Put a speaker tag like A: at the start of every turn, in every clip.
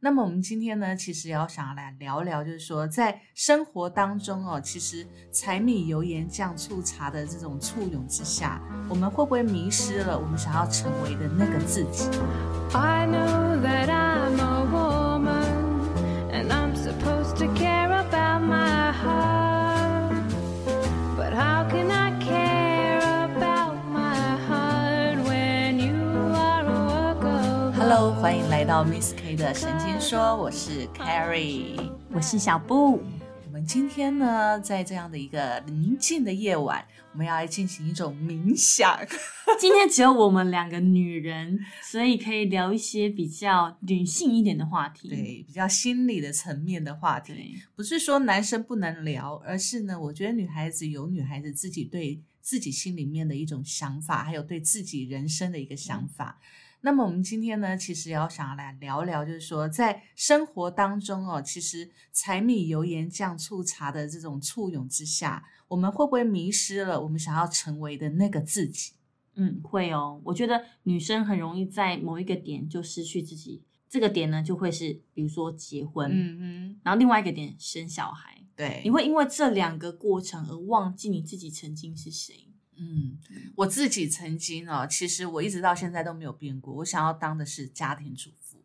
A: 那么我们今天呢，其实也要想要来聊聊，就是说在生活当中哦，其实柴米油盐酱醋茶的这种簇拥之下，我们会不会迷失了我们想要成为的那个自己？
B: I know that I'm a woman and I'm supposed to care about my heart. But how can I care about my heart when you are a work of
A: Hello，欢迎来到 Miss K 的神经说，我是 Carrie。
C: 我是小布，
A: 我们今天呢，在这样的一个宁静的夜晚，我们要来进行一种冥想。
C: 今天只有我们两个女人， 所以可以聊一些比较女性一点的话题。
A: 对，比较心理的层面的话题，
C: 嗯对
A: 不是说男生不能聊，而是呢，我觉得女孩子有女孩子自己对自己心里面的一种想法，还有对自己人生的一个想法。那么我们今天呢，其实也要想要来聊聊，就是说在生活当中哦，其实柴米油盐酱醋茶的这种簇拥之下，我们会不会迷失了我们想要成为的那个自己？
C: 嗯，会哦。我觉得女生很容易在某一个点就失去自己，这个点呢就会是，比如说结婚，
A: 嗯
C: 然后另外一个点生小孩，
A: 哼，对，
C: 你会因为这两个过程而忘记你自己曾经是谁。
A: 嗯，我自己曾经哦，其实我一直到现在都没有变过，我想要当的是家庭主妇。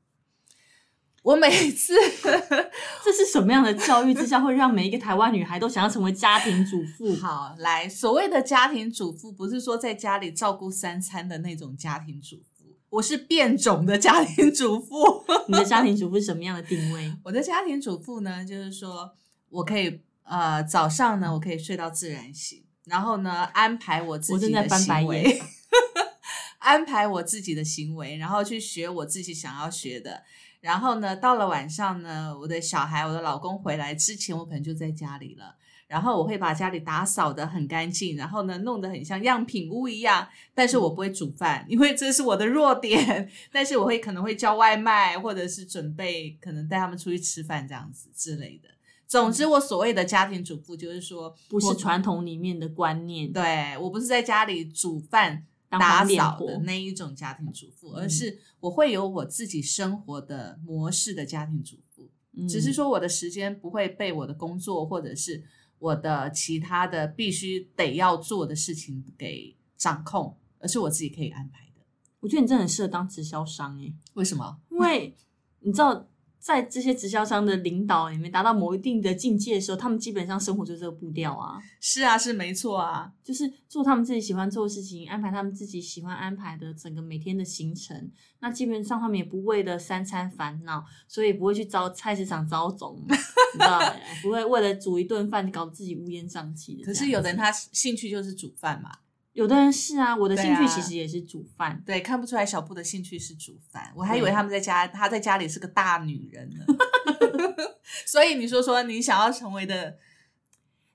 A: 我每次
C: 这是什么样的教育之下，会让每一个台湾女孩都想要成为家庭主妇？
A: 好来，所谓的家庭主妇，不是说在家里照顾三餐的那种家庭主妇，我是变种的家庭主妇。
C: 你的家庭主妇是什么样的定位？
A: 我的家庭主妇呢，就是说我可以呃早上呢，我可以睡到自然醒，然后呢安排我自
C: 我
A: 己
C: 正在
A: 的
C: 翻白
A: 行为
C: 眼，
A: 安排我自己的行为，然后去学我自己想要学的。然后呢，到了晚上呢，我的小孩、我的老公回来之前，我可能就在家里了。然后我会把家里打扫的很干净，然后呢，弄得很像样品屋一样。但是我不
C: 嗯
A: 会煮饭，因为这是我的弱点。 但是我会可能会叫外卖，或者是准备可能带他们出去吃饭这样子之类的。总之，我所谓的家庭主妇就是说，
C: 嗯不
A: 我
C: 是传统里面的 观念。
A: 对我不是在家里煮饭、
C: 当
A: 打
C: 黄脸
A: 扫
C: 婆
A: 的那一种家庭主妇，而
C: 嗯
A: 是我会有我自己生活的模式的家庭主妇。
C: 嗯
A: 只是说我的时间不会被我的工作或者是我的其他的必须得要做的事情给掌控，而是我自己可以安排的。
C: 我觉得你真的很适合当直销 商诶，
A: 为什么？
C: 因为你知道，在这些直销商的领导里面达到某一定的境界的时候，他们基本上生活就是这个步调啊，
A: 是啊，是没错啊。
C: 就是做他们自己喜欢做的事情，安排他们自己喜欢安排的整个每天的行程。那基本上他们也不为了三餐烦恼，所以不会去招菜市场招总，你知道，欸 不会为了煮一顿饭搞得自己乌烟瘴气的这
A: 可
C: 样子。
A: 是有的人他兴趣就是煮饭嘛，
C: 有的人是啊，我的
A: 对
C: 兴趣
A: 啊
C: 其实也是煮饭。
A: 对，看不出来小布的兴趣是煮饭，我还以为
C: 对
A: 他们在家，她在家里是个大女人呢。 所以你说说你想要成为的，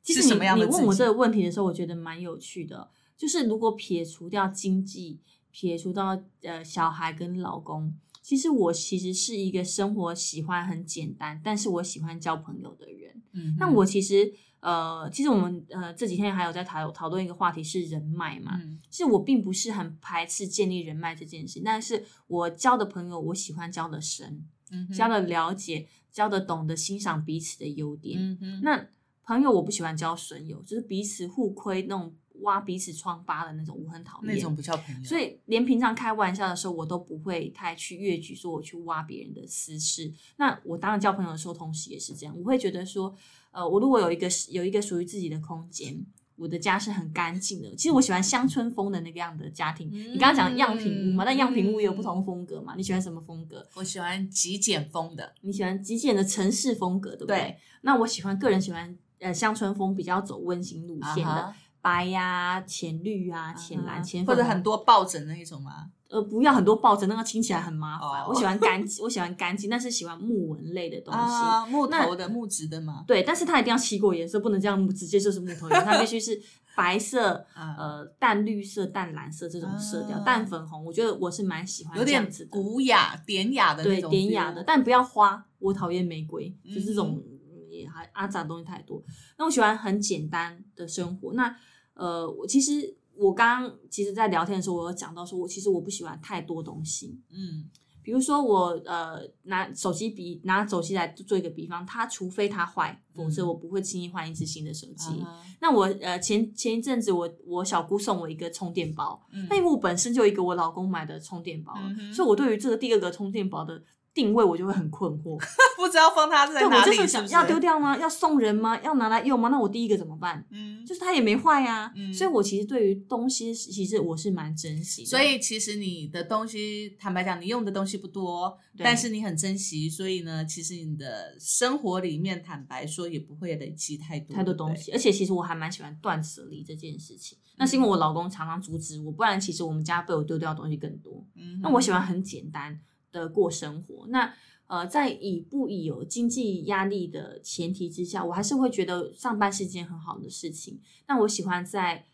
C: 其
A: 是
C: 实你
A: 什么样的
C: 你
A: 自
C: 问我
A: 己
C: 这个问题的时候，我觉得蛮有趣的。就是如果撇除掉经济，撇除到呃小孩跟老公，其实我其实是一个生活喜欢很简单，但是我喜欢交朋友的人。
A: 嗯哼，
C: 那我其实呃，其实我们呃这几天还有在讨讨论一个话题是人脉嘛。
A: 嗯
C: 其实我并不是很排斥建立人脉这件事，但是我交的朋友，我喜欢交的深，
A: 嗯哼
C: 交的了解，交的懂得欣赏彼此的优点。
A: 嗯哼，
C: 那朋友我不喜欢交损友，就是彼此互亏那种挖彼此疮疤的那种，我很讨厌。
A: 那种不叫朋友，
C: 所以连平常开玩笑的时候，我都不会太去越矩，说我去挖别人的私事。那我当然交朋友的时候，同时也是这样，我会觉得说，呃，我如果有一个有一个属于自己的空间。我的家是很干净的，其实我喜欢乡村风的那个样的家庭。你刚刚讲样品屋嘛，
A: 嗯
C: 但样品屋也有不同风格嘛。你喜欢什么风格？
A: 我喜欢极简风的，
C: 你喜欢极简的城市风格，对不对？
A: 对
C: 那我喜欢个人喜欢呃乡村风，比较走温馨路线的
A: 啊哈
C: 白呀、浅绿啊、浅
A: 啊
C: 蓝、
A: 哈
C: 浅
A: 或
C: 粉
A: 者
C: 红
A: 很多抱枕那一种吗？
C: 呃不要很多抱枕，那个听起来很麻烦。
A: 哦
C: 我喜欢干净，我喜欢干净，但是喜欢木纹类的东西。
A: 啊，木
C: 那
A: 头的、木质的吗？
C: 对，但是它一定要漆过颜色，不能这样直接就是木头颜色，它必须是白色、
A: 啊
C: 呃淡绿色、淡蓝色这种色调，
A: 啊
C: 淡粉红。我觉得我是蛮喜欢
A: 有
C: 这样
A: 点
C: 子的。
A: 古雅、典雅的那
C: 对，
A: 种 feel，
C: 典雅的，但不要花。我讨厌玫瑰，就是
A: 嗯
C: 这种嗯也还阿杂的东西太多。那我喜欢很简单的生活。那呃，我其实我刚刚其实在聊天的时候，我有讲到说，我其实我不喜欢太多东西。
A: 嗯，
C: 比比如说我呃拿手机比拿手机来做一个比方，它除非它坏，否则
A: 嗯
C: 我不会轻易换一只新的手机。
A: 嗯哼
C: 那我呃前前一阵子我我小姑送我一个充电宝，
A: 嗯
C: 那因为我本身就有一个我老公买的充电宝了，
A: 嗯哼
C: 所以我对于这个第二个充电宝的定位我就会很困惑。
A: 不知道放它在
C: 对，我
A: 哪
C: 就
A: 里，
C: 是
A: 是不
C: 想
A: 是
C: 要丢，掉吗？要送人吗？要拿来用吗？那我第一个怎么办？
A: 嗯，
C: 就是它也没坏呀、
A: 嗯
C: 所以我其实对于东西其实我是蛮珍惜的。
A: 所以其实你的东西，坦白讲，你用的东西不多，
C: 对
A: 但是你很珍惜，所以呢，其实你的生活里面，坦白说也不会累积太多
C: 太多
A: 对不对
C: 东西，而且其实我还蛮喜欢断舍离这件事情。那是因为我老公常常阻止我，不然其实我们家被我丢掉的东西更多。
A: 嗯哼，
C: 那我喜欢很简单的过生活。那呃，在以不以有经济压力的前提之下，我还是会觉得上班是件很好的事情。那我喜欢在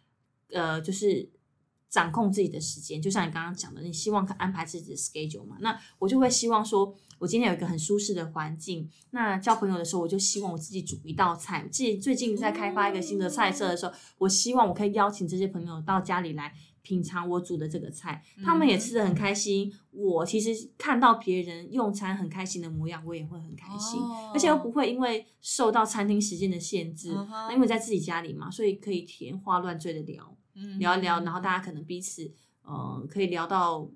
C: 呃，就是掌控自己的时间，就像你刚刚讲的，你希望安排自己的 schedule 嘛。那我就会希望说，我今天有一个很舒适的环境。那交朋友的时候，我就希望我自己煮一道菜。我自己最近在开发一个新的菜色的时候，我希望我可以邀请这些朋友到家里来品尝我煮的这个菜，他们也吃的很开心。我其实看到别人用餐很开心的模样，我也会很开心，
A: 哦
C: 而且又不会因为受到餐厅时间的限制。
A: 嗯哼
C: 那因为在自己家里嘛，所以可以天花乱坠的聊
A: 嗯
C: 聊一聊，然后大家可能彼此呃可以聊到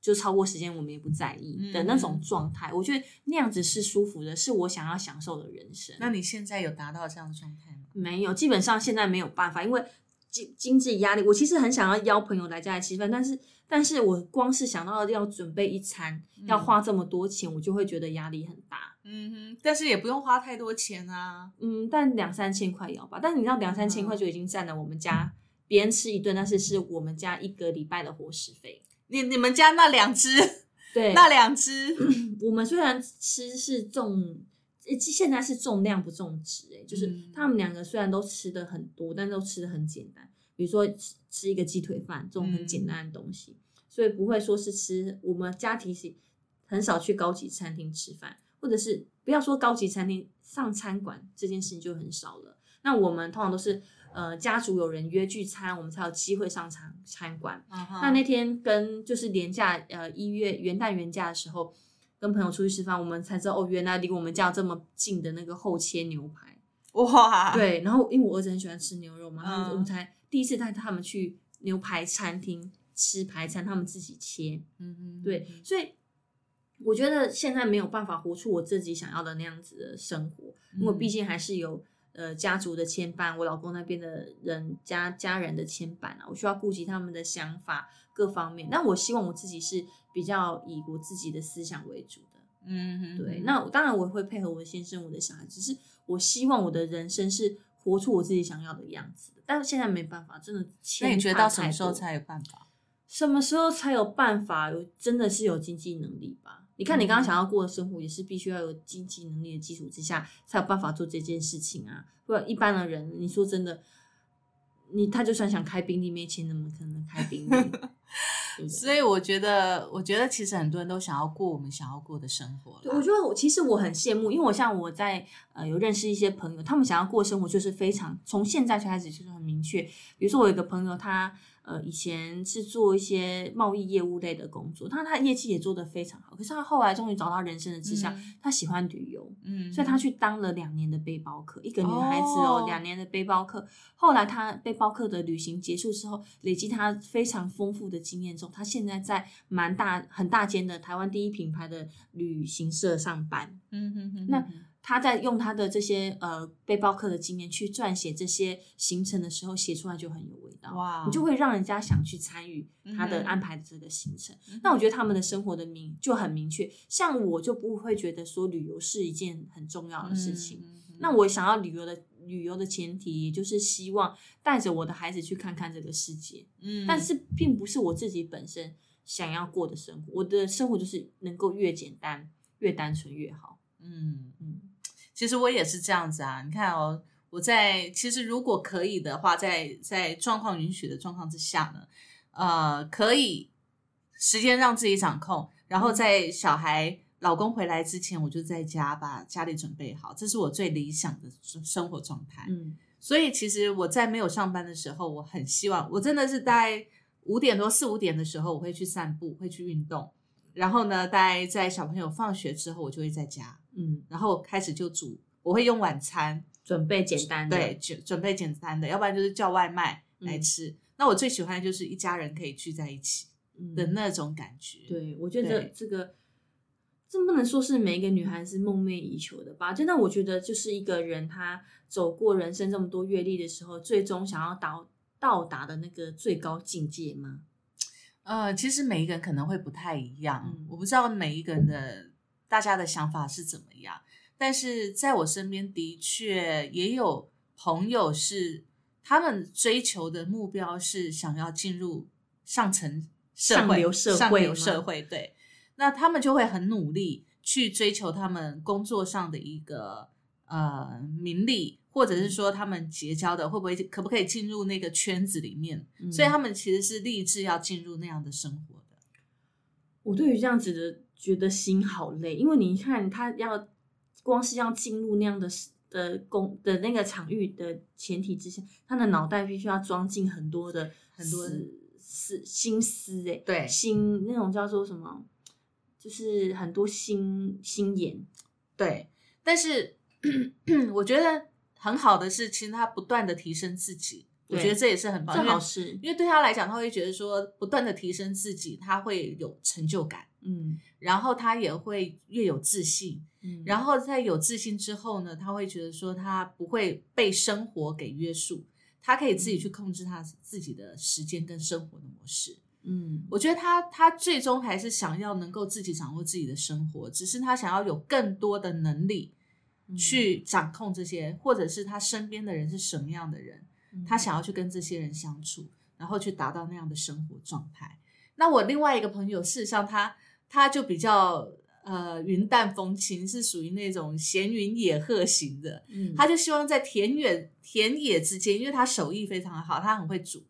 C: 就超过时间，我们也不在意的那种
A: 嗯
C: 状态。我觉得那样子是舒服的，是我想要享受的人生。
A: 那你现在有达到这样的状态吗？
C: 没有，基本上现在没有办法，因为经经济压力，我其实很想要邀朋友来家里吃饭，但是但是我光是想到要准备一餐，要花这么多钱，我就会觉得压力很大。
A: 嗯哼，但是也不用花太多钱啊。
C: 嗯，但两三千块要吧，但你知道两三千块就已经占了我们家。别人吃一顿，但是是我们家一个礼拜的伙食费。
A: 你你们家那两只，
C: 对，嗯
A: 那两只，
C: 我们虽然吃是重，呃现在是重量不重质，哎，就是
A: 嗯
C: 他们两个虽然都吃的很多，但都吃的很简单，比如说吃吃一个鸡腿饭这种很简单的东西，所以不会说是吃我们家庭是很少去高级餐厅吃饭，或者是不要说高级餐厅上餐馆这件事情就很少了。那我们通常都是呃家族有人约聚餐，我们才有机会上餐餐馆。那
A: 那
C: 那天跟就是年假，呃，一月元旦元假的时候，跟朋友出去吃饭，我们才知道哦，原来离我们家有这么近的那个厚切牛排。
A: 哇，，
C: 对，然后因为我儿子很喜欢吃牛肉嘛，
A: 啊嗯
C: 然后我们才第一次带他们去牛排餐厅吃排餐，他们自己切。
A: 嗯哼，
C: 对，所以我觉得现在没有办法活出我自己想要的那样子的生活，因为
A: 嗯
C: 毕竟还是有呃家族的牵绊，我老公那边的人家家人的牵绊啊，我需要顾及他们的想法各方面。那我希望我自己是比较以我自己的思想为主的。
A: 嗯哼，
C: 对，那我当然我会配合我的先生、我的小孩，只是我希望我的人生是活出我自己想要的样子的。但是现在没办法，真的牵
A: 那
C: 绊太多。
A: 你觉得到什么时候才有办法？
C: 什么时候才有办法有真的是有经济能力吧？你看你刚刚想要过的生活，也是必须要有经济能力的基础之下，才有办法做这件事情啊。不然一般的人，你说真的，你他就算想开宾利，没钱怎么可能开宾利？对不对？
A: 所以我觉得，我觉得其实很多人都想要过我们想要过的生活
C: 对，我
A: 啦。
C: 觉得我其实我很羡慕，因为我像我在呃有认识一些朋友，他们想要过生活就是非常从现在就开始就是很明确。比如说我有一个朋友，他呃以前是做一些贸易业务类的工作，他他业绩也做得非常好，可是他后来终于找到人生的志向，
A: 嗯
C: 他喜欢旅游，
A: 嗯
C: 所以他去当了两年的背包客，一个女孩子哦
A: 哦，
C: 两年的背包客。后来她背包客的旅行结束之后，累积她非常丰富的经验之后，她现在在蛮大很大间的台湾第一品牌的旅行社上班。
A: 嗯哼哼，
C: 那
A: 嗯哼
C: 她在用她的这些呃背包客的经验去撰写这些行程的时候，写出来就很有味道，
A: 哇，
C: 你就会让人家想去参与她
A: 啊嗯
C: 的
A: 哼
C: 安排的这个行程。
A: 嗯哼
C: 那我觉得他们的生活的明就很明确，像我就不会觉得说旅游是一件很重要的事情。。
A: 嗯哼
C: 那我想要旅游的旅游的前提，也就是希望带着我的孩子去看看这个世界，
A: 嗯，
C: 但是并不是我自己本身想要过的生活。我的生活就是能够越简单、越单纯越好。
A: 嗯，
C: 嗯，
A: 其实我也是这样子啊。你看哦，我在其实如果可以的话，在在状况允许的状况之下呢，呃，可以时间让自己掌控，然后在小孩。老公回来之前，我就在家把家里准备好，这是我最理想的生活状态。
C: 嗯，
A: 所以其实我在没有上班的时候，我很希望，我真的是大概五点多四五点的时候，我会去散步，会去运动，然后呢，大概在小朋友放学之后，我就会在家，
C: 嗯，
A: 然后开始就煮，我会用晚餐，
C: 准备简单的，
A: 对，准准备简单的，要不然就是叫外卖来
C: 嗯
A: 吃。那我最喜欢的就是一家人可以聚在一起
C: 嗯
A: 的那种感觉。
C: 对，我觉得
A: 对
C: 这个这不能说是每一个女孩子梦寐以求的吧。真的，我觉得就是一个人她走过人生这么多阅历的时候，最终想要到到达的那个最高境界吗？
A: 呃，其实每一个人可能会不太一样，
C: 嗯
A: 我不知道每一个人的大家的想法是怎么样，但是在我身边的确也有朋友是他们追求的目标是想要进入上层社会、
C: 上流社
A: 上
C: 会
A: 流
C: 吗
A: 社会，对，那他们就会很努力去追求他们工作上的一个呃名利，或
C: 嗯
A: 者是说他们结交的会不会可不可以进入那个圈子里面。
C: 嗯
A: 所以他们其实是立志要进入那样的生活的。
C: 我对于这样子的觉得心好累，因为你看他要光是要进入那样的 s- 的工的那个场域的前提之下，他的脑袋必须要装进很多的
A: 很多的
C: 思心思哎、
A: 对
C: 心那种叫做什么，就是很多心心眼，
A: 对，但是我觉得很好的是，其实他不断的提升自己，我
C: 对
A: 觉得这也是很棒，
C: 这
A: 哦因为
C: 好事，
A: 因为对他来讲，他会觉得说不断的提升自己，他会有成就感，
C: 嗯
A: 然后他也会越有自信，
C: 嗯，
A: 然后在有自信之后呢，他会觉得说他不会被生活给约束。他可以自己去控制他自己的时间跟生活的模式，
C: 嗯
A: 我觉得他他最终还是想要能够自己掌握自己的生活，只是他想要有更多的能力
C: 嗯
A: 去掌控这些，或者是他身边的人是什么样的人，
C: 嗯
A: 他想要去跟这些人相处，然后去达到那样的生活状态。那我另外一个朋友，事实上他他就比较呃云淡风轻，是属于那种闲云野鹤型的，
C: 嗯
A: 他就希望在田园田野之间，因为他手艺非常好，他很会煮，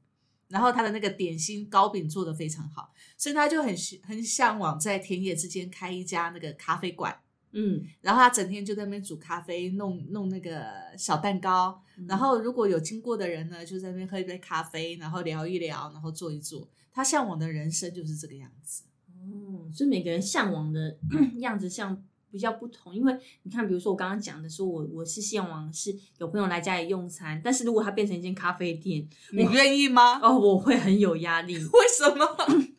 A: 然后他的那个点心糕饼做得非常好，所以他就很希很向往在田野之间开一家那个咖啡馆。
C: 嗯，
A: 然后他整天就在那边煮咖啡，弄弄那个小蛋糕。然后如果有经过的人呢，就在那边喝一杯咖啡，然后聊一聊，然后坐一坐。他向往的人生就是这个样子。嗯
C: 哦，所以每个人向往的 样子像比较不同，因为你看，比如说我刚刚讲的说，我我是向往是有朋友来家里用餐，但是如果它变成一间咖啡店，
A: 你愿意吗？
C: 哦，我会很有压力。
A: 为什么？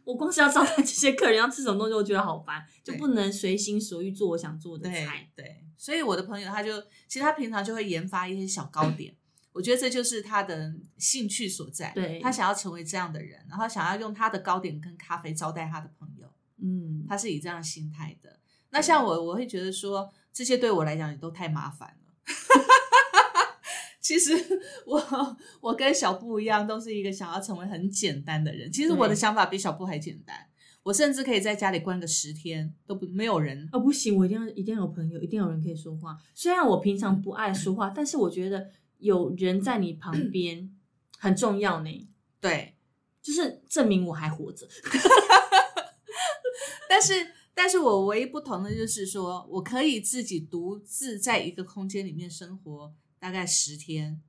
C: 我光是要招待这些客人要吃什么东西，我觉得好烦，就
A: 对
C: 不能随心所欲做我想做的菜。
A: 对，所以我的朋友他就其实他平常就会研发一些小
C: 嗯
A: 糕点，我觉得这就是他的兴趣所在。
C: 对
A: 他想要成为这样的人，然后想要用他的糕点跟咖啡招待他的朋友，
C: 嗯，
A: 他是以这样的心态的。那像我，我会觉得说这些对我来讲也都太麻烦了。 其实我我跟小布一样，都是一个想要成为很简单的人。其实我的
C: 对
A: 想法比小布还简单，我甚至可以在家里关个十天都不没有人
C: 哦，不行，我一定要一定要有朋友，一定要有人可以说话。虽然我平常不爱说话，但是我觉得有人在你 旁边很重要呢，
A: 对
C: 就是证明我还活着。
A: 但是，但是我唯一不同的就是说，我可以自己独自在一个空间里面生活大概十天、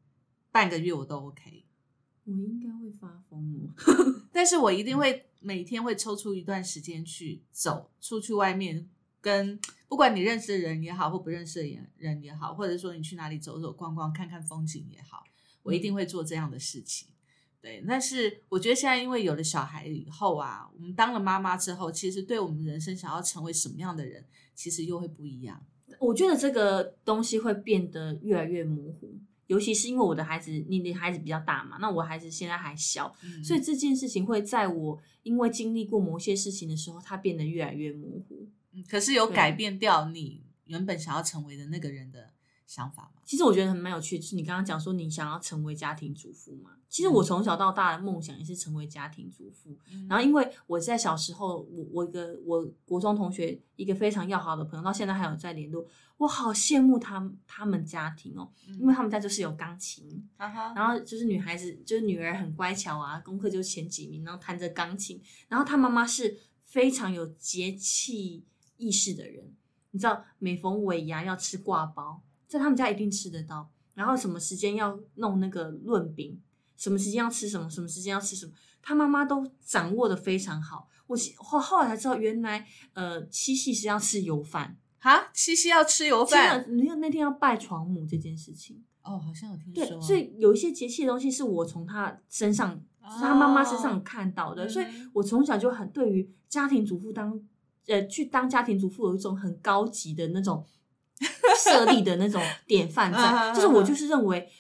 A: 半个月，我都 OK。
C: 我应该会发疯哦。
A: 但是我一定会每天会抽出一段时间去走出去外面，跟不管你认识的人也好，或不认识的人人也好，或者说你去哪里走走逛逛、看看风景也好，我一定会做这样的事情。对，但是我觉得现在因为有了小孩以后啊，我们当了妈妈之后，其实对我们人生想要成为什么样的人，其实又会不一样。
C: 我觉得这个东西会变得越来越模糊，尤其是因为我的孩子，你的孩子比较大嘛，那我孩子现在还小，
A: 嗯
C: 所以这件事情会在我因为经历过某些事情的时候，它变得越来越模糊。
A: 嗯，可是有
C: 对
A: 改变掉你原本想要成为的那个人的想法吗？
C: 其实我觉得很蛮有趣，就是你刚刚讲说你想要成为家庭主妇嘛。其实我从小到大的梦想也是成为家庭主妇，然后因为我在小时候，我我一个我国中同学一个非常要好的朋友，到现在还有在联络，我好羡慕他他们家庭哦，因为他们家就是有钢琴，
A: 啊哈，
C: 然后就是女孩子，就是女儿很乖巧啊，功课就前几名，然后弹着钢琴。然后她妈妈是非常有节气意识的人，你知道，每逢尾牙要吃挂包，在他们家一定吃得到。然后什么时间要弄那个论饼，什么时间要吃什么，什么时间要吃什么，她妈妈都掌握的非常好。我其后后来才知道，原来呃七夕是要吃油饭，
A: 哈，七夕要吃油
C: 真
A: 饭
C: 的，你有那天要拜床母这件事情。
A: 哦，好像有听
C: 对，
A: 说，
C: 所以有一些节气的东西是我从他身上，是他妈妈身上看到的，
A: 嗯
C: 所以我从小就很对于家庭主妇当呃去当家庭主妇有一种很高级的 那种设立的那种典
A: 嗯
C: 范
A: 嗯
C: 在，
A: 嗯
C: 就是我
A: 嗯
C: 就是认为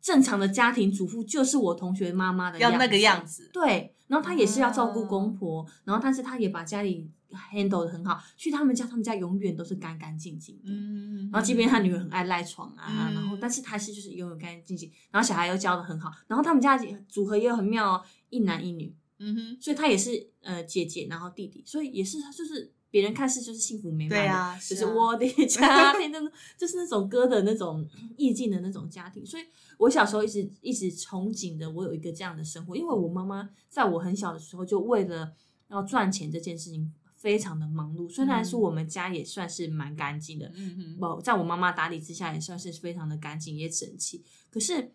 C: 正常的家庭主妇就是我同学妈妈的
A: 要那个样子，
C: 对，然后她也是要照顾
A: 啊
C: 公婆，然后但是她也把家里 handle 的很好，去他们家，他们家永远都是干干净净的。
A: 嗯，
C: 然后即便他女儿很爱赖床啊，
A: 嗯
C: 然后但是他是就是永远干干净净，然后小孩又教的很好，然后他们家组合也很妙哦，一男一女，
A: 嗯哼，
C: 所以他也是呃姐姐，然后弟弟，所以也是就是别人看似就是幸福美满的，
A: 对啊
C: 就是是
A: 啊
C: 我 的家庭，那种就是那种歌的那种意境的那种家庭，所以我小时候一直一直憧憬的，我有一个这样的生活，因为我妈妈在我很小的时候就为了要赚钱这件事情非常的忙碌，虽然说
A: 嗯
C: 我们家也算是蛮干净的，
A: 嗯哼，
C: 我在我妈妈打理之下，也算是非常的干净也整齐，可是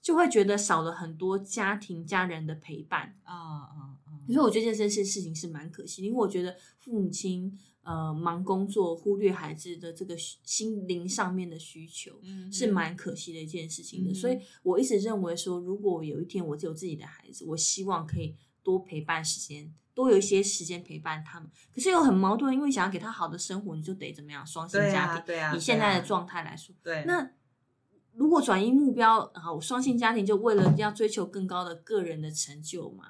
C: 就会觉得少了很多家庭家人的陪伴。
A: 啊啊啊，
C: 可是我觉得这件事事情是蛮可惜的，因为我觉得父母亲呃忙工作，忽略孩子的这个需心灵上面的需求。
A: 嗯哼
C: 是蛮可惜的一件事情的，
A: 嗯哼
C: 所以我一直认为说，如果有一天我有自己的孩子，我希望可以多陪伴时间，多有一些时间陪伴他们。可是又很矛盾，因为想要给他好的生活，你就得怎么样双薪
A: 对
C: 家庭
A: 啊，，对啊，
C: 以现在
A: 对
C: 的
A: 啊，
C: 状态来说，
A: 对，
C: 那如果转移目标，好，双性家庭就为了要追求更高的个人的成就嘛，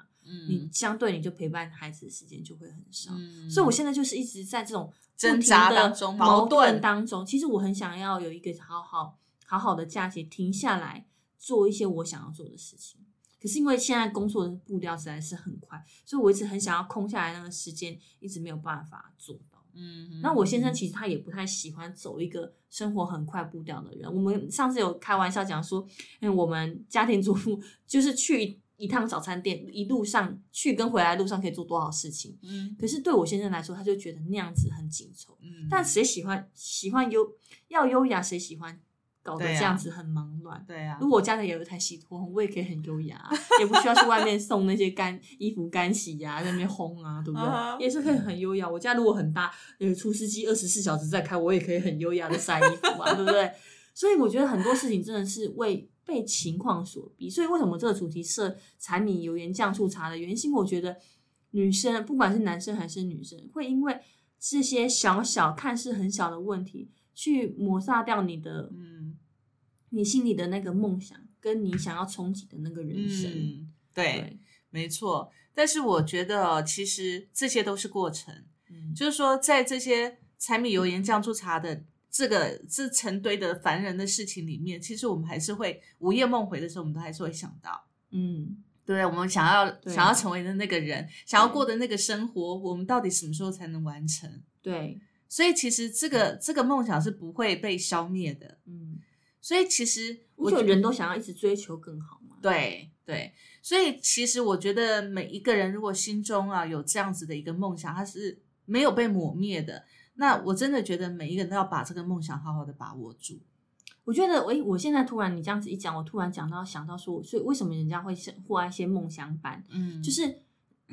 C: 你
A: 嗯
C: 相对你就陪伴孩子的时间就会很少。
A: 嗯，
C: 所以我现在就是一直在这种不停
A: 挣
C: 的
A: 扎当中
C: 矛
A: 矛盾
C: 盾当中。其实我很想要有一个好好好好的假期停下来，做一些我想要做的事情。可是因为现在工作的步调实在是很快，所以我一直很想要空下来那个时间，一直没有办法做到。
A: 嗯哼，
C: 那我先生其实他也不太喜欢走一个生活很快步调的人。我们上次有开玩笑讲说，嗯，我们家庭主妇就是去一趟早餐店，一路上去跟回来路上可以做多少事情。
A: 嗯
C: 可是对我先生来说，他就觉得那样子很紧凑。
A: 嗯，
C: 但谁喜欢喜欢优要优雅，谁喜欢搞得
A: 对啊
C: 这样子很忙乱？
A: 对啊
C: 如，果我家里有一台洗脱烘，我也可以很优雅啊、也不需要去外面送那些干衣服干洗呀、在那边烘啊，对不对
A: 啊哈
C: 也是可以很优雅。我家如果很大，有除湿机二十四小时在开，我也可以很优雅的晒衣服啊，对不 对？所以我觉得很多事情真的是为被情况所逼。所以为什么这个主题设柴米油盐酱醋茶的原因，是因为我觉得女生不管是男生还是女生，会因为这些小小看似很小的问题，去抹杀掉你的
A: 嗯
C: 你心里的那个梦想，跟你想要憧憬的那个人生。
A: 嗯，对，
C: 对，
A: 没错。但是我觉得，其实这些都是过程，
C: 嗯，
A: 就是说，在这些柴米油盐酱醋茶的这个这成堆的烦人的事情里面，其实我们还是会午夜梦回的时候，我们都还是会想到，
C: 嗯，
A: 对我们想要
C: 对
A: 想要成为的那个人，想要过的那个生活，我们到底什么时候才能完成？
C: 对，
A: 所以，其实这个这个梦想是不会被消灭的。
C: 嗯，
A: 所以，其实
C: 我
A: 我
C: 觉
A: 觉
C: 得
A: 得
C: 人都想要一直追求更好嘛。
A: 对对，所以其实我觉得每一个人如果心中啊有这样子的一个梦想，它是没有被抹灭的。那我真的觉得每一个人都要把这个梦想好好的把握住。
C: 我觉得，诶，我现在突然你这样子一讲，我突然讲到想到说，所以为什么人家会户外一些梦想版，
A: 嗯
C: 就是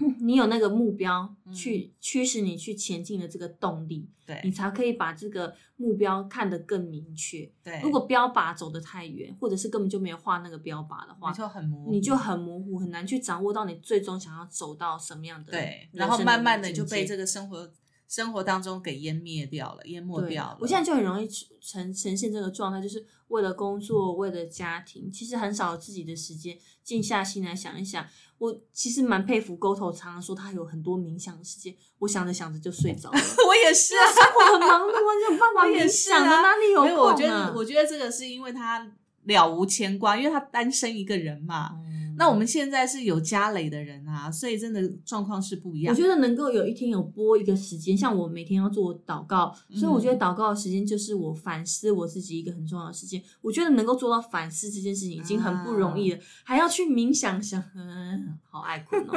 C: 你有那个目标
A: 嗯
C: 去驱使你去前进的这个动力，你
A: 对
C: 才可以把这个目标看得更明确。
A: 对，
C: 如果标靶走得太远，或者是根本就没有画那个标靶的话
A: 你，就很模糊，
C: 你就很模糊，很难去掌握到你最终想要走到什么样的
A: 对，
C: 人生
A: 然后慢慢的
C: 境
A: 就被
C: 界
A: 这个生活生活当中给湮灭掉了，淹没
C: 对
A: 掉了。
C: 我现在就很容易呈呈现这个状态，就是为了工作，为了家庭，其实很少有自己的时间静下心来想一想。我其实蛮佩服沟头，常常说他有很多冥想的时间，我想着想着就睡着了。
A: 我也是啊，
C: 我很忙碌，完全没办法
A: 我也
C: 冥
A: 是
C: 想的，
A: 啊
C: 哪里 有
A: 没
C: 空、
A: 有，
C: 啊？
A: 我觉得我觉得这个是因为他了无牵挂，因为他单身一个人嘛。
C: 嗯
A: 那我们现在是有家累的人啊，所以真的状况是不一样。
C: 我觉得能够有一天有播一个时间，像我每天要做祷告，
A: 嗯
C: 所以我觉得祷告的时间就是我反思我自己一个很重要的时间。我觉得能够做到反思这件事情已经很不容易了，
A: 啊
C: 还要去冥想想，嗯，好爱困 哦。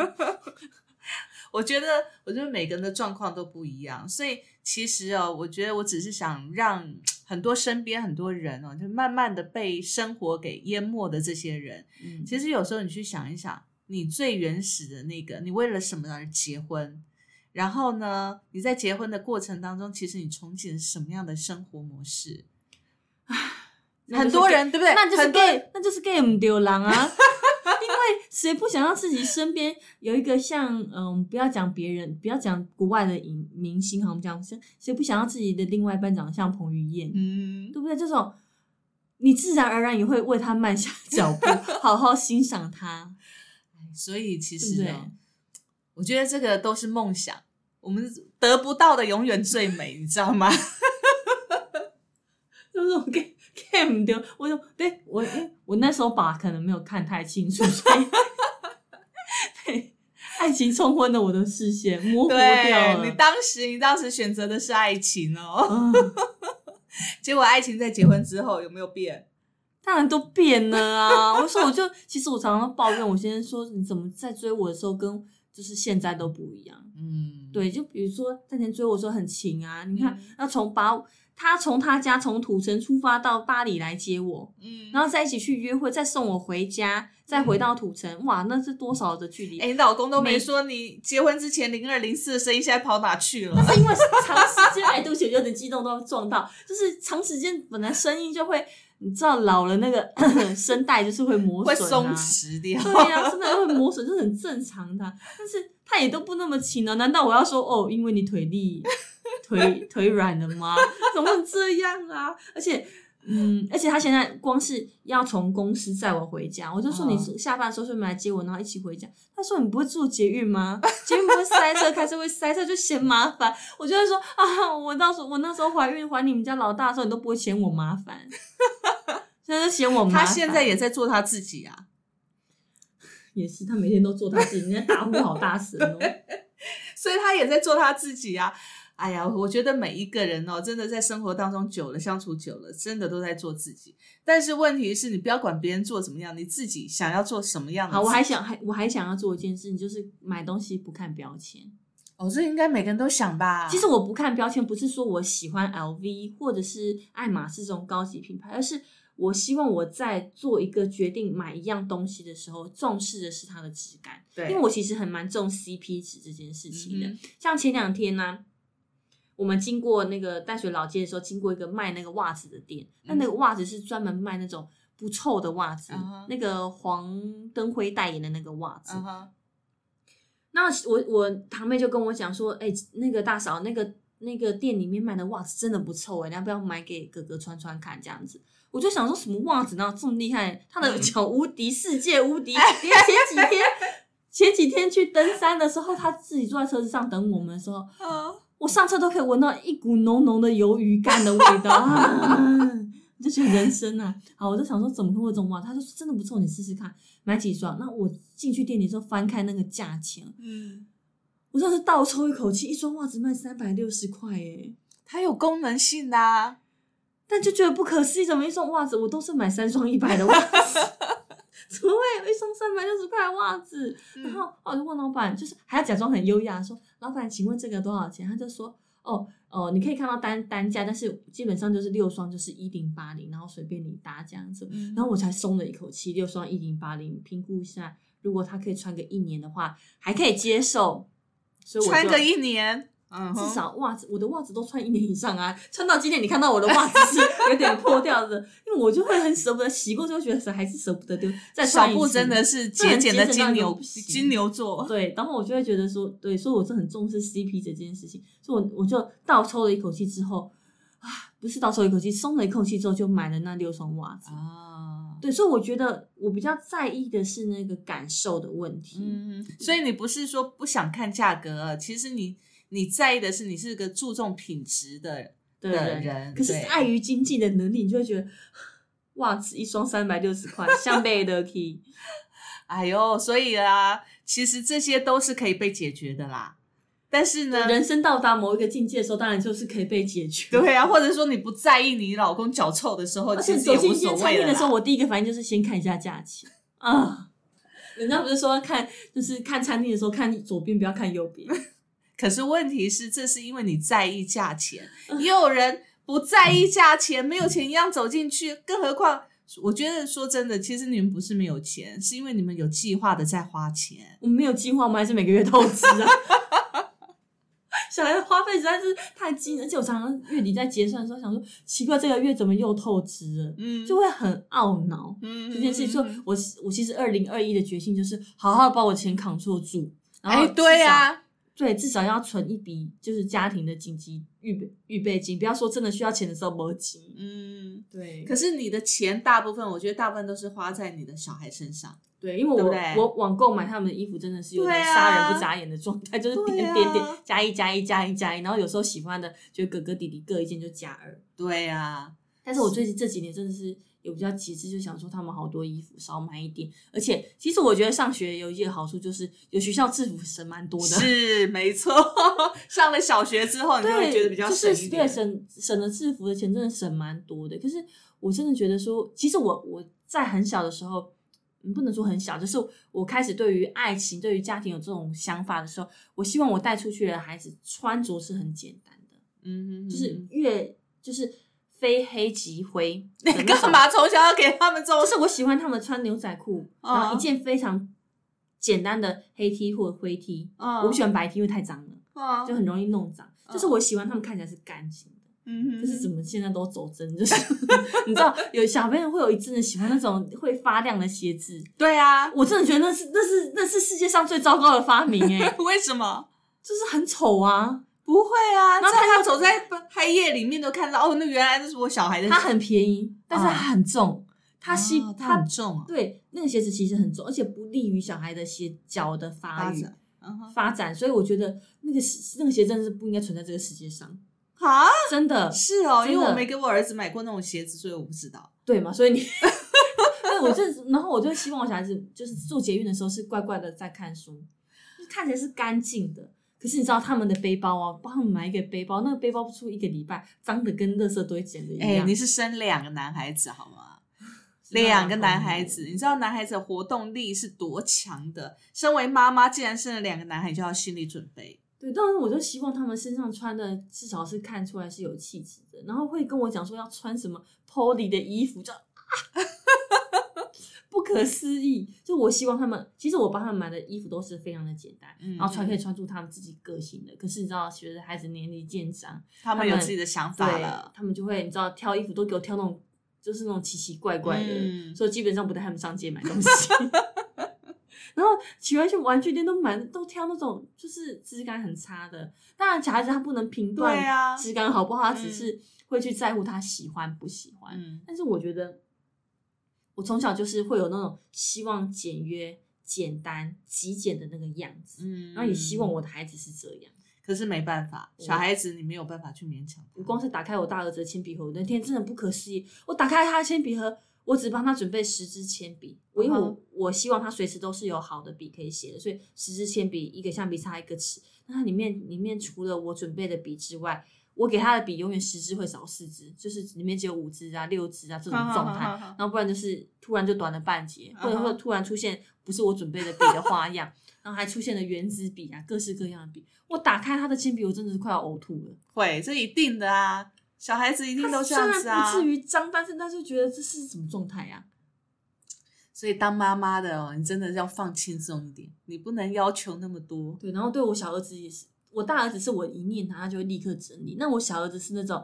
A: 我觉得，我觉得每个人的状况都不一样，所以其实哦，我觉得我只是想让很多身边很多人哦，就慢慢的被生活给淹没的这些人，
C: 嗯，
A: 其实有时候你去想一想，你最原始的那个，你为了什么而结婚？然后呢，你在结婚的过程当中，其实你憧憬什么样的生活模式？很多人对不对？
C: 那就是
A: 很多人
C: gay，那就是 gay 唔丢狼啊！ 因为谁不想让自己身边有一个像嗯，不要讲别人，不要讲国外的影明星，好像讲谁谁不想让自己的另外一半长得像彭于晏，
A: 嗯，
C: 对不对？这种你自然而然也会为他 慢下脚步，好好欣赏他，
A: 所以其
C: 对不
A: 实
C: 对？
A: 呢，我觉得这个都是梦想，我们得不到的永远最美，你知道 吗？
C: 就是我 gay gay 唔丢，我就对我因为我那时候把可能没有看太清楚，所 以对爱情冲昏了我的视线，模糊掉了。
A: 对你当时，你当时选择的是爱情哦，
C: 啊，
A: 结果爱情在结婚之后有没有变？
C: 当然都变了啊！我说，我就其实我常常抱怨我先生说，你怎么在追我的时候跟就是现在都不一样？
A: 嗯，
C: 对，就比如说他以前追我的时候很勤啊，你看
A: 嗯
C: 要从把他从他家从土城出发到巴黎来接我，
A: 嗯，
C: 然后再一起去约会，再送我回家，再回到土城，哇，那是多少的距离？
A: 哎、你老公都没
C: 没
A: 说你结婚之前零二零四的生意现在跑哪去 了？
C: 因为长时间，哎，对不起，我有点激动，都要撞到。就是长时间，本来声音就会，你知道老了那个 声带就是会磨
A: 会
C: 损、
A: 松
C: 啊，
A: 弛掉。
C: 对呀、真的会磨损，这很正常的啊。但是他也都不那么勤了，难道我要说哦，因为你腿力 腿腿软了吗？怎么会这样啊？而且。嗯，而且他现在光是要从公司载我回家，我就说
A: 嗯
C: 你下班的时候顺便来接我，然后一起回家。他说你不会坐捷运吗？捷运不会塞车，开车会塞车就嫌麻烦。我就会说啊，我到时候我那时候怀孕怀你们家老大的时候，你都不会嫌我麻烦， 现在就嫌我 麻
A: 他
C: 烦。
A: 现在也在做他自己啊，
C: 也是，他每天都做他自己，人家打呼好大声哦。
A: 所以他也在做他自己啊。哎呀，我觉得每一个人哦，真的在生活当中久了，相处久了，真的都在做自己。但是问题是你不要管别人做怎么样，你自己想要做什么样的自
C: 好，
A: 己。
C: 我还想还我还想要做一件事情，就是买东西不看标签。
A: 哦，这应该每个人都想吧？
C: 其实我不看标签，不是说我喜欢 LV 或者是爱马仕这种高级品牌，而是我希望我在做一个决定买一样东西的时候，重视的是它的质感，
A: 对，
C: 因为我其实很蛮重 CP 值这件事情的。
A: 嗯
C: 像前两天呢、我们经过那个淡水老街的时候，经过一个卖那个袜子的店，那、
A: 嗯
C: 那个袜子是专门卖那种不臭的袜子
A: 啊哈
C: 那个黄登辉代言的那个袜子。
A: 嗯哼，
C: 那我我堂妹就跟我讲说，哎、那个大嫂，那个那个店里面卖的袜子真的不臭哎、你要不要买给哥哥穿穿看？这样子，我就想说什么袜子哪有这么厉害？他的
A: 嗯
C: 脚无敌，世界无敌，连前几天。前几天去登山的时候，他自己坐在车子上等我们的时候，
A: 哦
C: 我上车都可以闻到一股浓浓的鱿鱼干的味道，啊、我就觉得人生啊，好，我就想说怎么会有这种袜子？他就说真的不错，你试试看，买几双。那我进去店里之后翻看那个价钱，
A: 嗯，
C: 我真的是倒抽一口气，一双袜子卖三百六十块耶！
A: 它有功能性的、啊。
C: 但就觉得不可思议，怎么一双袜子我都是买三双一百的袜子， 怎么会有一双三百六十块的袜子？
A: 嗯
C: 然后我就问老板，就是还要假装很优雅说：“老板，请问这个多少钱？”他就说：“哦哦，你可以看到单单价，但是基本上就是六双就是一零八零，然后随便你搭这样子。”
A: 嗯
C: 然后我才松了一口气，六双一零八零，评估一下，如果他可以穿个一年的话，还可以接受。所以我
A: 穿
C: 就
A: 个一年，嗯哼，
C: 至少袜子，我的袜子都穿一年以上啊， 穿到今年你看到我的袜子是有点破掉的， 因为我就会很舍不得，洗过之后觉得舍还是舍不得丢，再穿
A: 小
C: 一
A: 布
C: 次
A: 真的是节俭的金牛
C: 这很节俭到一个不行
A: 金牛座。
C: 对，然后我就会觉得说，对，所以我是很重视 CP 这件事情，所以我我就倒抽了一口气之后，啊，不是倒抽一口气，松了一口气之后就买了那六双袜子。
A: 啊，
C: 对，所以我觉得我比较在意的是那个感受的问题。
A: 嗯，所以你不是说不想看价格，其实你你在意的是你是个注重品质的
C: 对
A: 的
C: 对
A: 人，
C: 可是
A: 对
C: 碍于经济的能力，你就会觉得 袜子一双三百六十块，像被 lucky。
A: 哎呦，所以啊，其实这些都是可以被解决的啦。但是呢，
C: 人生到达某一个境界的时候，当然就是可以被解决。
A: 对啊，或者说你不在意你老公脚臭的时候，
C: 而且
A: 其实
C: 走
A: 也
C: 进
A: 无
C: 一
A: 所
C: 间餐
A: 谓
C: 厅
A: 了
C: 的时候，
A: 啦。
C: 我第一个反应就是先看一下价钱啊。人家不是说看，就是看餐厅的时候看左边，不要看右 边。
A: 可是问题是，这是因为你在意价钱，
C: 嗯
A: 也有人不在意价钱，没有钱一样走进去。更何况，我觉得说真的，其实你们不是没有钱，是因为你们有计划的在花钱。
C: 我们没有计划，我们还是每个月透支啊。小孩的花费实在是太惊人，而且我常常月底在结算的时候想说，奇怪这个月怎么又透支了，
A: 嗯
C: 就会很懊恼。
A: 嗯
C: 这件事情，所以
A: 嗯嗯
C: 我我其实二零二一的决心就是好好把我钱扛住住，然后
A: 哎，对
C: 呀。
A: 呀，
C: 对，至少要存一笔，就是家庭的紧急预备预备金，不要说真的需要钱的时候没急。
A: 嗯。
C: 对
A: 可是你的钱大部分，我觉得大部分都是花在你的小孩身上。
C: 对，因为我
A: 对不对
C: 我网购买他们的衣服真的是有
A: 对
C: 点
A: 啊
C: 杀人不眨眼的状态，就是
A: 对
C: 点
A: 啊
C: 点点加一加一加一加一，然后有时候喜欢的就哥哥弟弟各一件就加二。
A: 对呀、
C: 但是我最近这几年真的是有比较极致，就想说他们好多衣服少买一点，而且其实我觉得上学有一个好处就是有学校制服省蛮多的，
A: 是没错。 上了小学之后，你就会觉得比较省
C: 就是
A: 一点。
C: 对省省了制服的钱真的省蛮多的。可是我真的觉得说，其实我我在很小的时候，嗯，不能说很小，就是我开始对于爱情、对于家庭有这种想法的时候，我希望我带出去的孩子穿着是很简单的，
A: 嗯，嗯嗯
C: 就是越就是非黑即 灰的
A: 你
C: 那种
A: 干嘛从小要给他们这种
C: 不？是我喜欢他们穿牛仔裤，
A: 嗯
C: 然后一件非常简单的黑 T 或者灰 T，、
A: 嗯
C: 我不喜欢白 T，因为太脏了，
A: 啊
C: 就很容易弄脏。
A: 嗯
C: 就是我喜欢他们看起来是干净的。
A: 嗯
C: 就是怎
A: 么？
C: 么现在都走针，就是 你知道有小朋友会有一阵子喜欢那种会发亮的鞋子，
A: 对啊，
C: 我真的觉得那是那是那是世界上最糟糕的发明哎、
A: 为什么？
C: 就是很丑啊，
A: 不会啊，
C: 然后
A: 在
C: 看
A: 他走在黑夜里面都看到哦，那原来那是我小孩的鞋。
C: 它很便宜，但是它很重，它吸、
A: 啊哦它
C: 它
A: 很重啊，
C: 对那个鞋子其实很重，而且不利于小孩的鞋脚的发
A: 八
C: 育
A: 字。嗯哼
C: 发展，所以我觉得那个是那个鞋真的是不应该存在这个世界上，
A: 啊，
C: 真的
A: 是哦，因为
C: 真的
A: 我没给我儿子买过那种鞋子，所以我不知道。
C: 对嘛？所以你，对我就，然后我就希望我小孩子就是做捷运的时候是乖乖的在看书，就是看起来是干净的。可是你知道他们的背包啊，帮他们买一个背包，那个背包不出一个礼拜，脏的跟垃圾堆捡的一
A: 哎，
C: 样。
A: 你是生两个男孩子好吗？
C: 是蛮
A: 两个
C: 恐
A: 男
C: 怖
A: 孩
C: 的
A: 子，你知道男孩子的活动力是多强的。身为妈妈，既然生了两个男孩，就要心理准备。
C: 对，当然我就希望他们身上穿的至少是看出来是有气质的，然后会跟我讲说要穿什么 Polly 的衣服，就啊， 不可思议。就我希望他们，其实我帮他们买的衣服都是非常的简单，
A: 嗯
C: 然后穿可以穿出他们自己个性的。可是你知道，随着孩子年龄渐长，
A: 他们
C: 他
A: 有
C: 们
A: 自己的想
C: 对
A: 法了，
C: 他们就会你知道挑衣服都给我挑那种就是那种奇奇怪怪的，
A: 嗯
C: 所以基本上不带他们上街买东西。 然后喜欢去玩具店都买，都挑那种就是质感很差的。当然，小孩子他不能评断
A: 对啊
C: 质感好不好，他只
A: 嗯
C: 是会去在乎他喜欢不喜欢。
A: 嗯
C: 但是我觉得，我从小就是会有那种希望简约、简单、极简的那个样子，
A: 嗯，
C: 然后也希望我的孩子是这样。
A: 可是没办法，小孩子你没有办法去勉强他。
C: 我光是打开我大儿子的铅笔盒，我那天真的不可思议。我打开他的铅笔盒，我只帮他准备十支铅笔，我因为我、
A: 嗯
C: 我希望他随时都是有好的笔可以写的，所以十支铅笔，一个橡皮擦，一个尺。那它里面里面除了我准备的笔之外，我给他的笔永远十支会少四支，就是里面只有五支啊、六支啊这种状态。
A: 态，
C: 然后不然就是突然就短了半截，或者
A: 嗯哼
C: 会突然出现不是我准备的笔的花样，然后还出现了圆珠笔啊，各式各样的笔。我打开他的铅笔，我真的是快要呕吐了。
A: 会这一定的啊，小孩子一定都这样子啊
C: 虽。然不至于脏，但是但是觉得这是什么状态呀、
A: 所以当妈妈的哦，你真的要放轻松一点，你不能要求那么多。
C: 对，然后对我小儿子也是，我大儿子是我一念他，他就会立刻整理。那我小儿子是那种，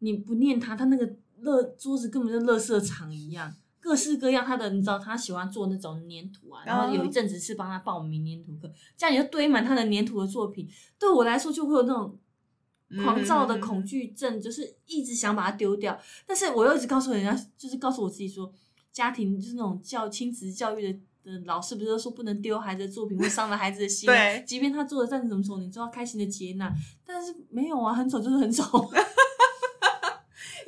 C: 你不念他，他那个乐桌子根本就垃圾场一样，各式各样。他的你知道，他喜欢做那种粘土啊，然后有一阵子是帮他报名粘土课，这样你就堆满他的粘土的作品。对我来说，就会有那种。狂躁的恐惧症，就是一直想把它丢掉，但是我又一直告诉人家，就是告诉我自己说，家庭就是那种教亲子教育的的老师，不是都说不能丢孩子的作品，会伤了孩子的心吗。
A: 对
C: 即便他做的再怎么丑，你都要开心的接纳。但是没有啊，很丑就是很 丑，很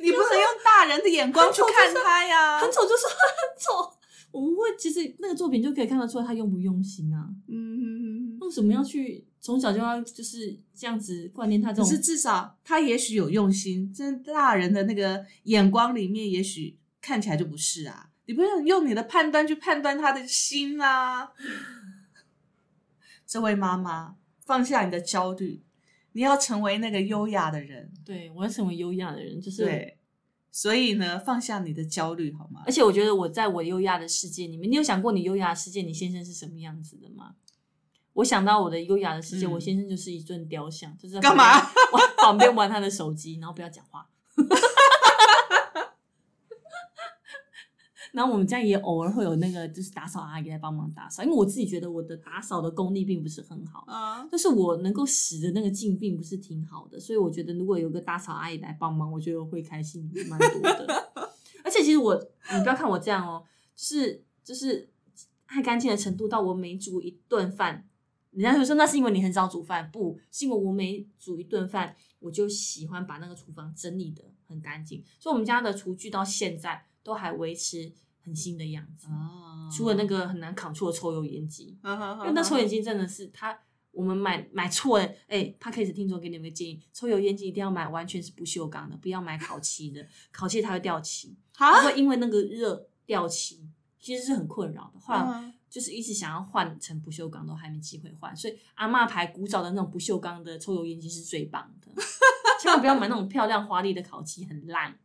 A: 你不能用大人的眼光去看他呀。嗯
C: 丑就是很丑。我们会其实那个作品就可以看得出来他用不用心啊。
A: 嗯，
C: 为什么要去从小就要就是这样子灌念他这
A: 可是
C: 种？
A: 至少他也许有用心，真的大人的那个眼光里面，也许看起来就不是啊。你不能用你的判断去判断他的心啊。这位妈妈，放下你的焦虑，你要成为那个优雅的人。
C: 对我要成为优雅的人，就是
A: 对，所以呢，放下你的焦虑好吗
C: 而？且我觉得我在我优雅的世界里面，你有想过你优雅的世界，你先生是什么样子的吗？我想到我的优雅的世界，
A: 嗯
C: 我先生就是一尊雕像，就是在
A: 干嘛
C: 旁边玩 旁边玩他的手机，然后不要讲话。 然后我们家也偶尔会有那个，就是打扫阿姨来帮忙打扫，因为我自己觉得我的打扫的功力并不是很好，
A: 嗯，
C: 但是我能够使的那个劲并不是挺好的，所以我觉得如果有个打扫阿姨来帮忙，我觉得我会开心蛮多的。 而且其实我，你不要看我这样哦，就是就是爱干净的程度到我每煮一顿饭，人家就说那是因为你很少煮饭，不是因为我每煮一顿饭，我就喜欢把那个厨房整理的很干净，所以我们家的厨具到现在都还维持很新的样子，
A: 哦
C: 除了那，个很难扛住的抽油烟机。因
A: 因
C: 为那抽油烟机真的是它，我们买买错了。哎、他开始听众给你们个建议，抽油烟机一定要买完全是不锈钢的，不要买烤漆的，烤漆它会掉漆，它
A: 啊，
C: 会因为那个热掉漆，其实是很困扰的。后来
A: 嗯
C: 就是一直想要换成不锈钢，都还没机会换，所以阿嬷牌古早的那种不锈钢的抽油烟机是最棒的，千万不要买那种漂亮华丽的烤漆，很烂。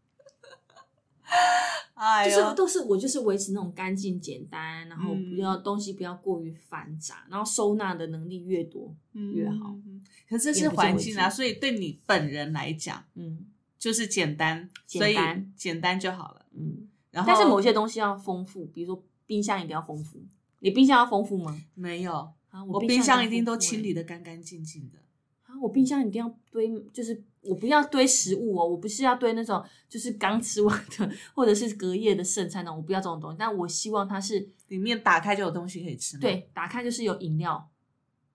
A: 哎
C: 就是
A: 呦，
C: 都是我就是维持那种干净简单，然后不
A: 嗯
C: 要、东西不要过于繁杂，然后收纳的能力越多，越好
A: 嗯。可是这是环境啊，所以对你本人来讲，
C: 嗯
A: 就是简单，
C: 简
A: 所以
C: 单
A: 简单就好了。
C: 嗯。
A: 然后，
C: 但是某些东西要丰富，比如说冰箱一定要丰富。你冰箱要丰富吗？
A: 没有，
C: 啊，
A: 我冰箱一定都清理的干干净净的。
C: 啊，我冰箱一定要堆，就是我不要堆食物哦，我不是要堆那种就是刚吃完的或者是隔夜的剩菜那种，我不要这种东西。但我希望它是
A: 里面打开就有东西可以吃吗？，
C: 对，打开就是有饮料。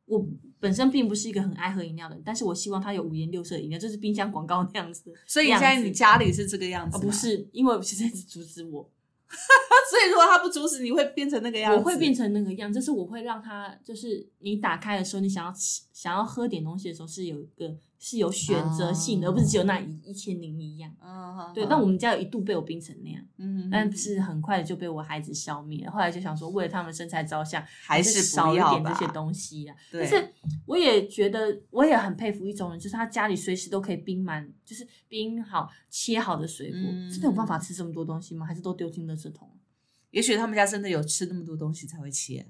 C: 我本身并不是一个很爱喝饮料的人，但是我希望它有五颜六色的饮料，就是冰箱广告那样子的样子。
A: 所以现在你家里是这个样子、
C: 啊不？是，因为我现在是阻止我，
A: 所以如果他不阻止，你会变成那个样子。
C: 我会变成那个样，就是我会让它，就是你打开的时候，你想要吃、想要喝点东西的时候，是有一个是有选择性的，
A: 啊
C: 而不是只有那一一千零一样。
A: 嗯，
C: 对，但我们家有一度被我冰成那样，
A: 嗯，
C: 但是很快就被我孩子消灭了。后来就想说，为了他们身材着想，
A: 还是
C: 是少
A: 不
C: 一
A: 要
C: 点
A: 吧
C: 这些东西啊。
A: 对
C: 但是我也觉得，我也很佩服一种人，就是他家里随时都可以冰满，就是冰好切好的水果，
A: 嗯
C: 真的有办法吃这么多东西吗？还是都丢进垃圾桶？
A: 也许他们家真的有吃那么多东西才会切，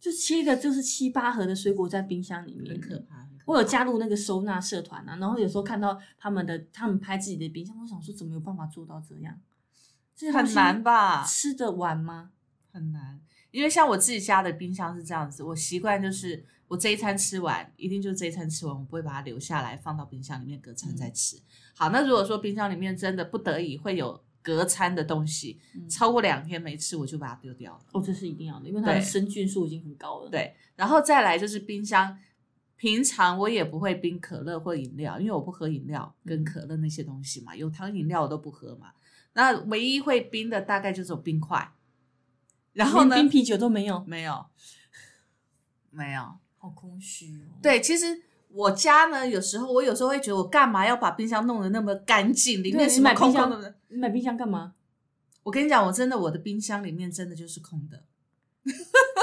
C: 就切一个就是七八盒的水果在冰箱里面，
A: 怕。
C: 我有加入那个收纳社团啊，然后有时候看到他们的他们拍自己的冰箱，我想说怎么有办法做到这样？这些东
A: 很
C: 西
A: 难吧？
C: 吃得完吗？
A: 很难，因为像我自己家的冰箱是这样子，我习惯就是我这一餐吃完，一定就这一餐吃完，我不会把它留下来放到冰箱里面隔餐再
C: 嗯
A: 吃。好，那如果说冰箱里面真的不得已会有隔餐的东西，
C: 嗯
A: 超过两天没吃，我就把它丢掉了。
C: 哦，这是一定要的，因为它的
A: 对
C: 生菌数已经很高了。
A: 对，然后再来就是冰箱，平常我也不会冰可乐或饮料，因为我不喝饮料
C: 嗯
A: 跟可乐那些东西嘛，有糖饮料我都不喝嘛。那唯一会冰的大概就是有冰块，然后
C: 连
A: 呢，
C: 冰啤酒都没有，
A: 没有，没有。
C: 好空虚哦。
A: 对，其实我家呢，有时候我有时候会觉得，我干嘛要把冰箱弄得那么干净，里
C: 对
A: 面
C: 你
A: 什么
C: 买
A: 空
C: 冰
A: 空
C: 箱
A: 的？
C: 你买冰箱干嘛？
A: 我跟你讲，我真的我的冰箱里面真的就是空的，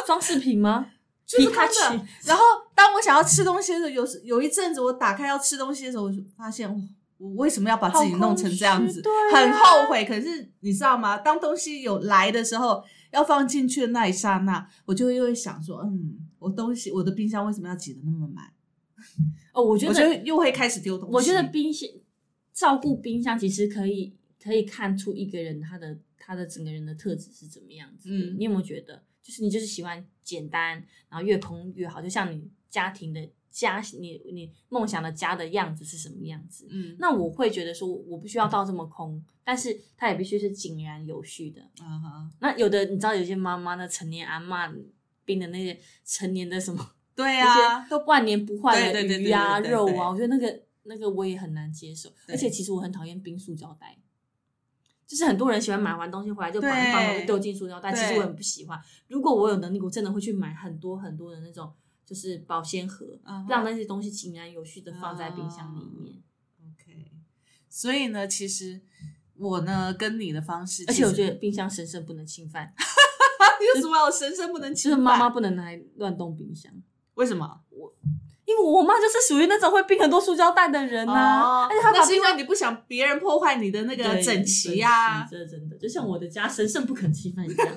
C: 装饰品吗？
A: 就是空
C: Pikachu
A: 的。然后当我想要吃东西的时候，有时有一阵子我打开要吃东西的时候，我就发现我我为什么要把自己弄成这样子
C: 好空虚，对啊
A: 很后悔。可是你知道吗？当东西有来的时候，要放进去的那一刹那，我就又会想说，嗯，我东西我的冰箱为什么要挤得那么满？
C: 哦，我觉
A: 我
C: 得
A: 就又会开始丢东西。
C: 我觉得冰箱照顾冰箱其实可以可以看出一个人他的他的整个人的特质是怎么样子的。
A: 嗯
C: 你有没有觉得，就是你就是喜欢简单，然后越空越好，就像你家庭的家，你你梦想的家的样子是什么样子？
A: 嗯，
C: 那我会觉得说，我不需要到这么空，但是它也必须是井然有序的。
A: 啊哈，
C: 那有的你知道，有些妈妈的成年阿嬷冰的那些成年的什么
A: 对
C: 那
A: 啊，
C: 些都万年不换的
A: 对对对
C: 鱼啊、
A: 对对对
C: 肉
A: 对
C: 啊，我觉得那个那个我也很难接受。
A: 对
C: 而且其实我很讨厌冰塑胶袋，就是很多人喜欢买完东西回来就把它
A: 对
C: 放东西丢进塑胶袋，
A: 对
C: 其实我很不喜欢。如果我有能力，我真的会去买很多很多的那种就是保鲜盒
A: 嗯哼，啊
C: 让那些东西井然有序的放在冰箱里面。
A: OK，所以呢，其实我呢跟你的方式，
C: 而且我
A: 其实
C: 觉 得冰箱神圣不能侵犯，
A: 有什么我神圣不能
C: 就
A: 侵
C: 是
A: 犯？
C: 妈妈不能拿来乱动冰箱。
A: 为什么？
C: 因为我妈就是属于那种会冰很多塑胶袋的人呐、
A: 哦
C: 而且她把
A: 那是
C: 冰
A: 因为你不想别人破坏你的那个
C: 对
A: 整齐啊呀、
C: 整齐这真的就像我的家神圣不可侵犯一样。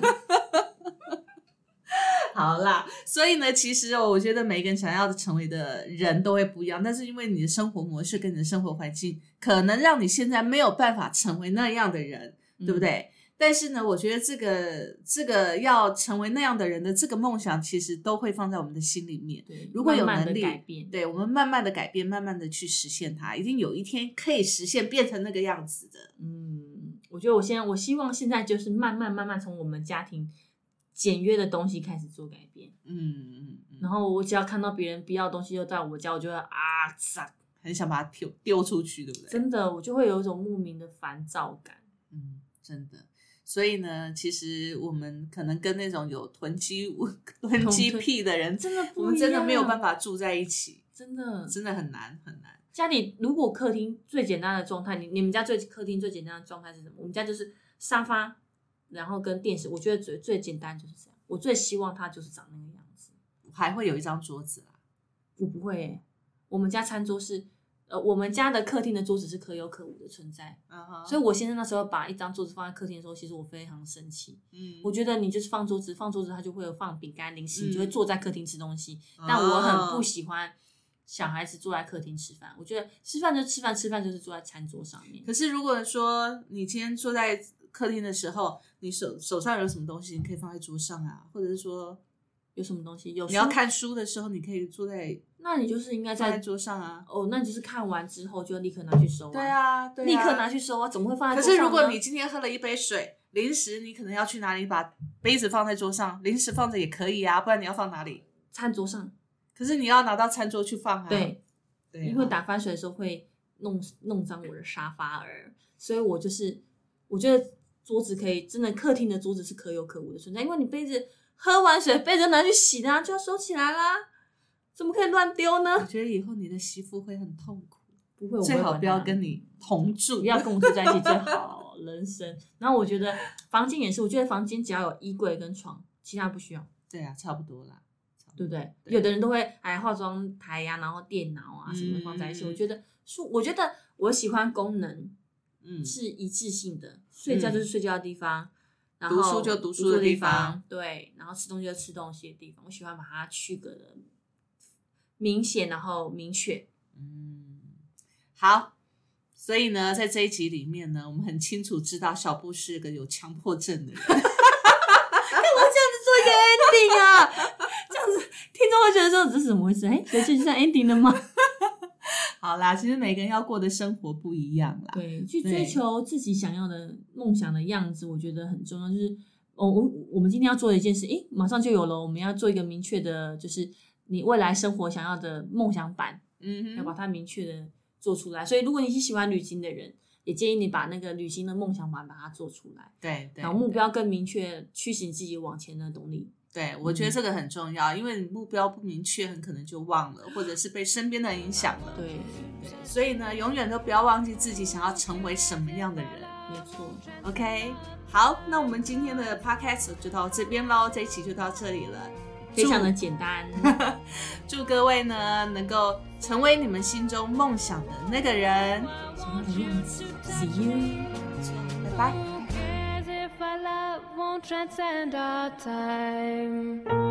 A: 好啦，所以呢，其实哦，我觉得每个人想要成为的人都会不一样，但是因为你的生活模式跟你的生活环境，可能让你现在没有办法成为那样的人，
C: 嗯
A: 对不对？但是呢，我觉得这个这个要成为那样的人的这个梦想，其实都会放在我们的心里面。
C: 对，
A: 如果有
C: 慢慢
A: 能
C: 地
A: 力
C: 改变，
A: 对，我们慢慢的改变，慢慢的去实现它，一定有一天可以实现变成那个样子的。
C: 嗯，我觉得我现在，我希望现在就是慢慢慢慢从我们家庭简约的东西开始做改变。
A: 嗯嗯嗯，
C: 然后我只要看到别人不要的东西又到我家，我就会啊，咋
A: 很想把它丢丢出去，对不对？
C: 真的，我就会有一种莫名的烦躁感。
A: 嗯，真的。所以呢，其实我们可能跟那种有囤积物 囤积癖的 人，
C: 真的不
A: 我们真的没有办
C: 法，
A: 法住在一起，
C: 真的。
A: 真的很难很难。
C: 家里如果客厅最简单的状态，你你们家最客厅最简单的状态是什么？我们家就是沙发，然后跟电视。我觉得最最简单就是这样。我最希望它就是长那个样子。
A: 还会有一张桌子啦，
C: 我不会、欸，我们家餐桌是，呃，我们家的客厅的桌子是可有可无的存在。
A: 嗯哼
C: 所以我先生那时候把一张桌子放在客厅的时候，其实我非常生气。
A: 以
C: 我觉得你就是放桌子，放桌子，他就会有放饼干零食，
A: 嗯
C: 你就会坐在客厅吃东西。
A: 哦
C: 但我很不喜欢小孩子坐在客厅吃饭。我觉得吃饭就吃饭，吃饭就是坐在餐桌上面。
A: 可是如果说你今天坐在客厅的时候，你手手上有什么东西，你可以放在桌上啊，或者是说
C: 有什么东西？有
A: 你要
C: 书，
A: 看书的时候，你可以坐在
C: 那你就是应该
A: 放在
C: 在
A: 桌上啊。
C: 哦，那你就是看完之后就立刻拿去收、
A: 对，啊，对啊，
C: 立刻拿去收啊，怎么会放在
A: 可
C: 桌上
A: 是
C: 呢？
A: 如果你今天喝了一杯水，零食你可能要去哪里把杯子放在桌上，零食放着也可以啊，不然你要放哪里？
C: 餐桌上，
A: 可是你要拿到餐桌去放啊。
C: 对，
A: 对啊，
C: 因为打翻水的时候会弄弄脏我的沙发儿，所以我就是我觉得桌子可以真的客厅的桌子是可有可无的存在，因为你杯子喝完水杯子拿去洗啦、就要收起来啦，怎么可以乱丢
A: 我
C: 呢？
A: 觉得以后你的媳妇会很痛苦，
C: 不会，我
A: 最好不要
C: 你。
A: 跟你同住，
C: 不要跟我住在一起最好， 人生。然后我觉得房间也是，我觉得房间只要有衣柜跟床，其他不需要，
A: 对啊，差不多啦，差不多
C: 对不对？
A: 对
C: 有的人都会哎化妆台呀、然后电脑啊什么
A: 嗯
C: 放在一起，
A: 嗯
C: 我觉得是，我觉得我喜欢功能，
A: 嗯，
C: 是一致性的，睡觉就是睡觉的地方，然后
A: 读书就读书的
C: 的
A: 地方
C: 方，对，然后吃东西就吃东西的地方。我喜欢把它区隔的明显，然后明确。
A: 嗯，好。所以呢，在这一集里面呢，我们很清楚知道小布是个有强迫症 的人。
C: 做一个 ending 啊，这样子听众会觉得说这是怎么回事？哎，这就是 ending 了吗？
A: 好啦，其实每个人要过的生活不一样啦。
C: 对，去
A: 对
C: 追求自己想要的梦想的样子，我觉得很重要。就是，哦，我我们今天要做的一件事，诶，马上就有了。我们要做一个明确的，就是你未来生活想要的梦想版，
A: 嗯哼，
C: 要把它明确的做出来。所以，如果你是喜欢旅行的人，也建议你把那个旅行的梦想版把它做出来，
A: 对对，
C: 然后目标更明确，驱使自己往前的动力。
A: 对，我觉得这个很重
C: 嗯
A: 要，因为你目标不明确，很可能就忘了，或者是被身边的人影响了。
C: 对，
A: 对，所以呢，永远都不要忘记自己想要成为什么样的人。
C: 没错。
A: OK，好，那我们今天的 Podcast 就到这边喽，这一期就到这里了。
C: 非常的简单，
A: 祝各位呢能够成为你们心中梦想的那个人。
C: 想要的样子，See you。
A: 拜拜。
B: Who cares if our love won't transcend our time?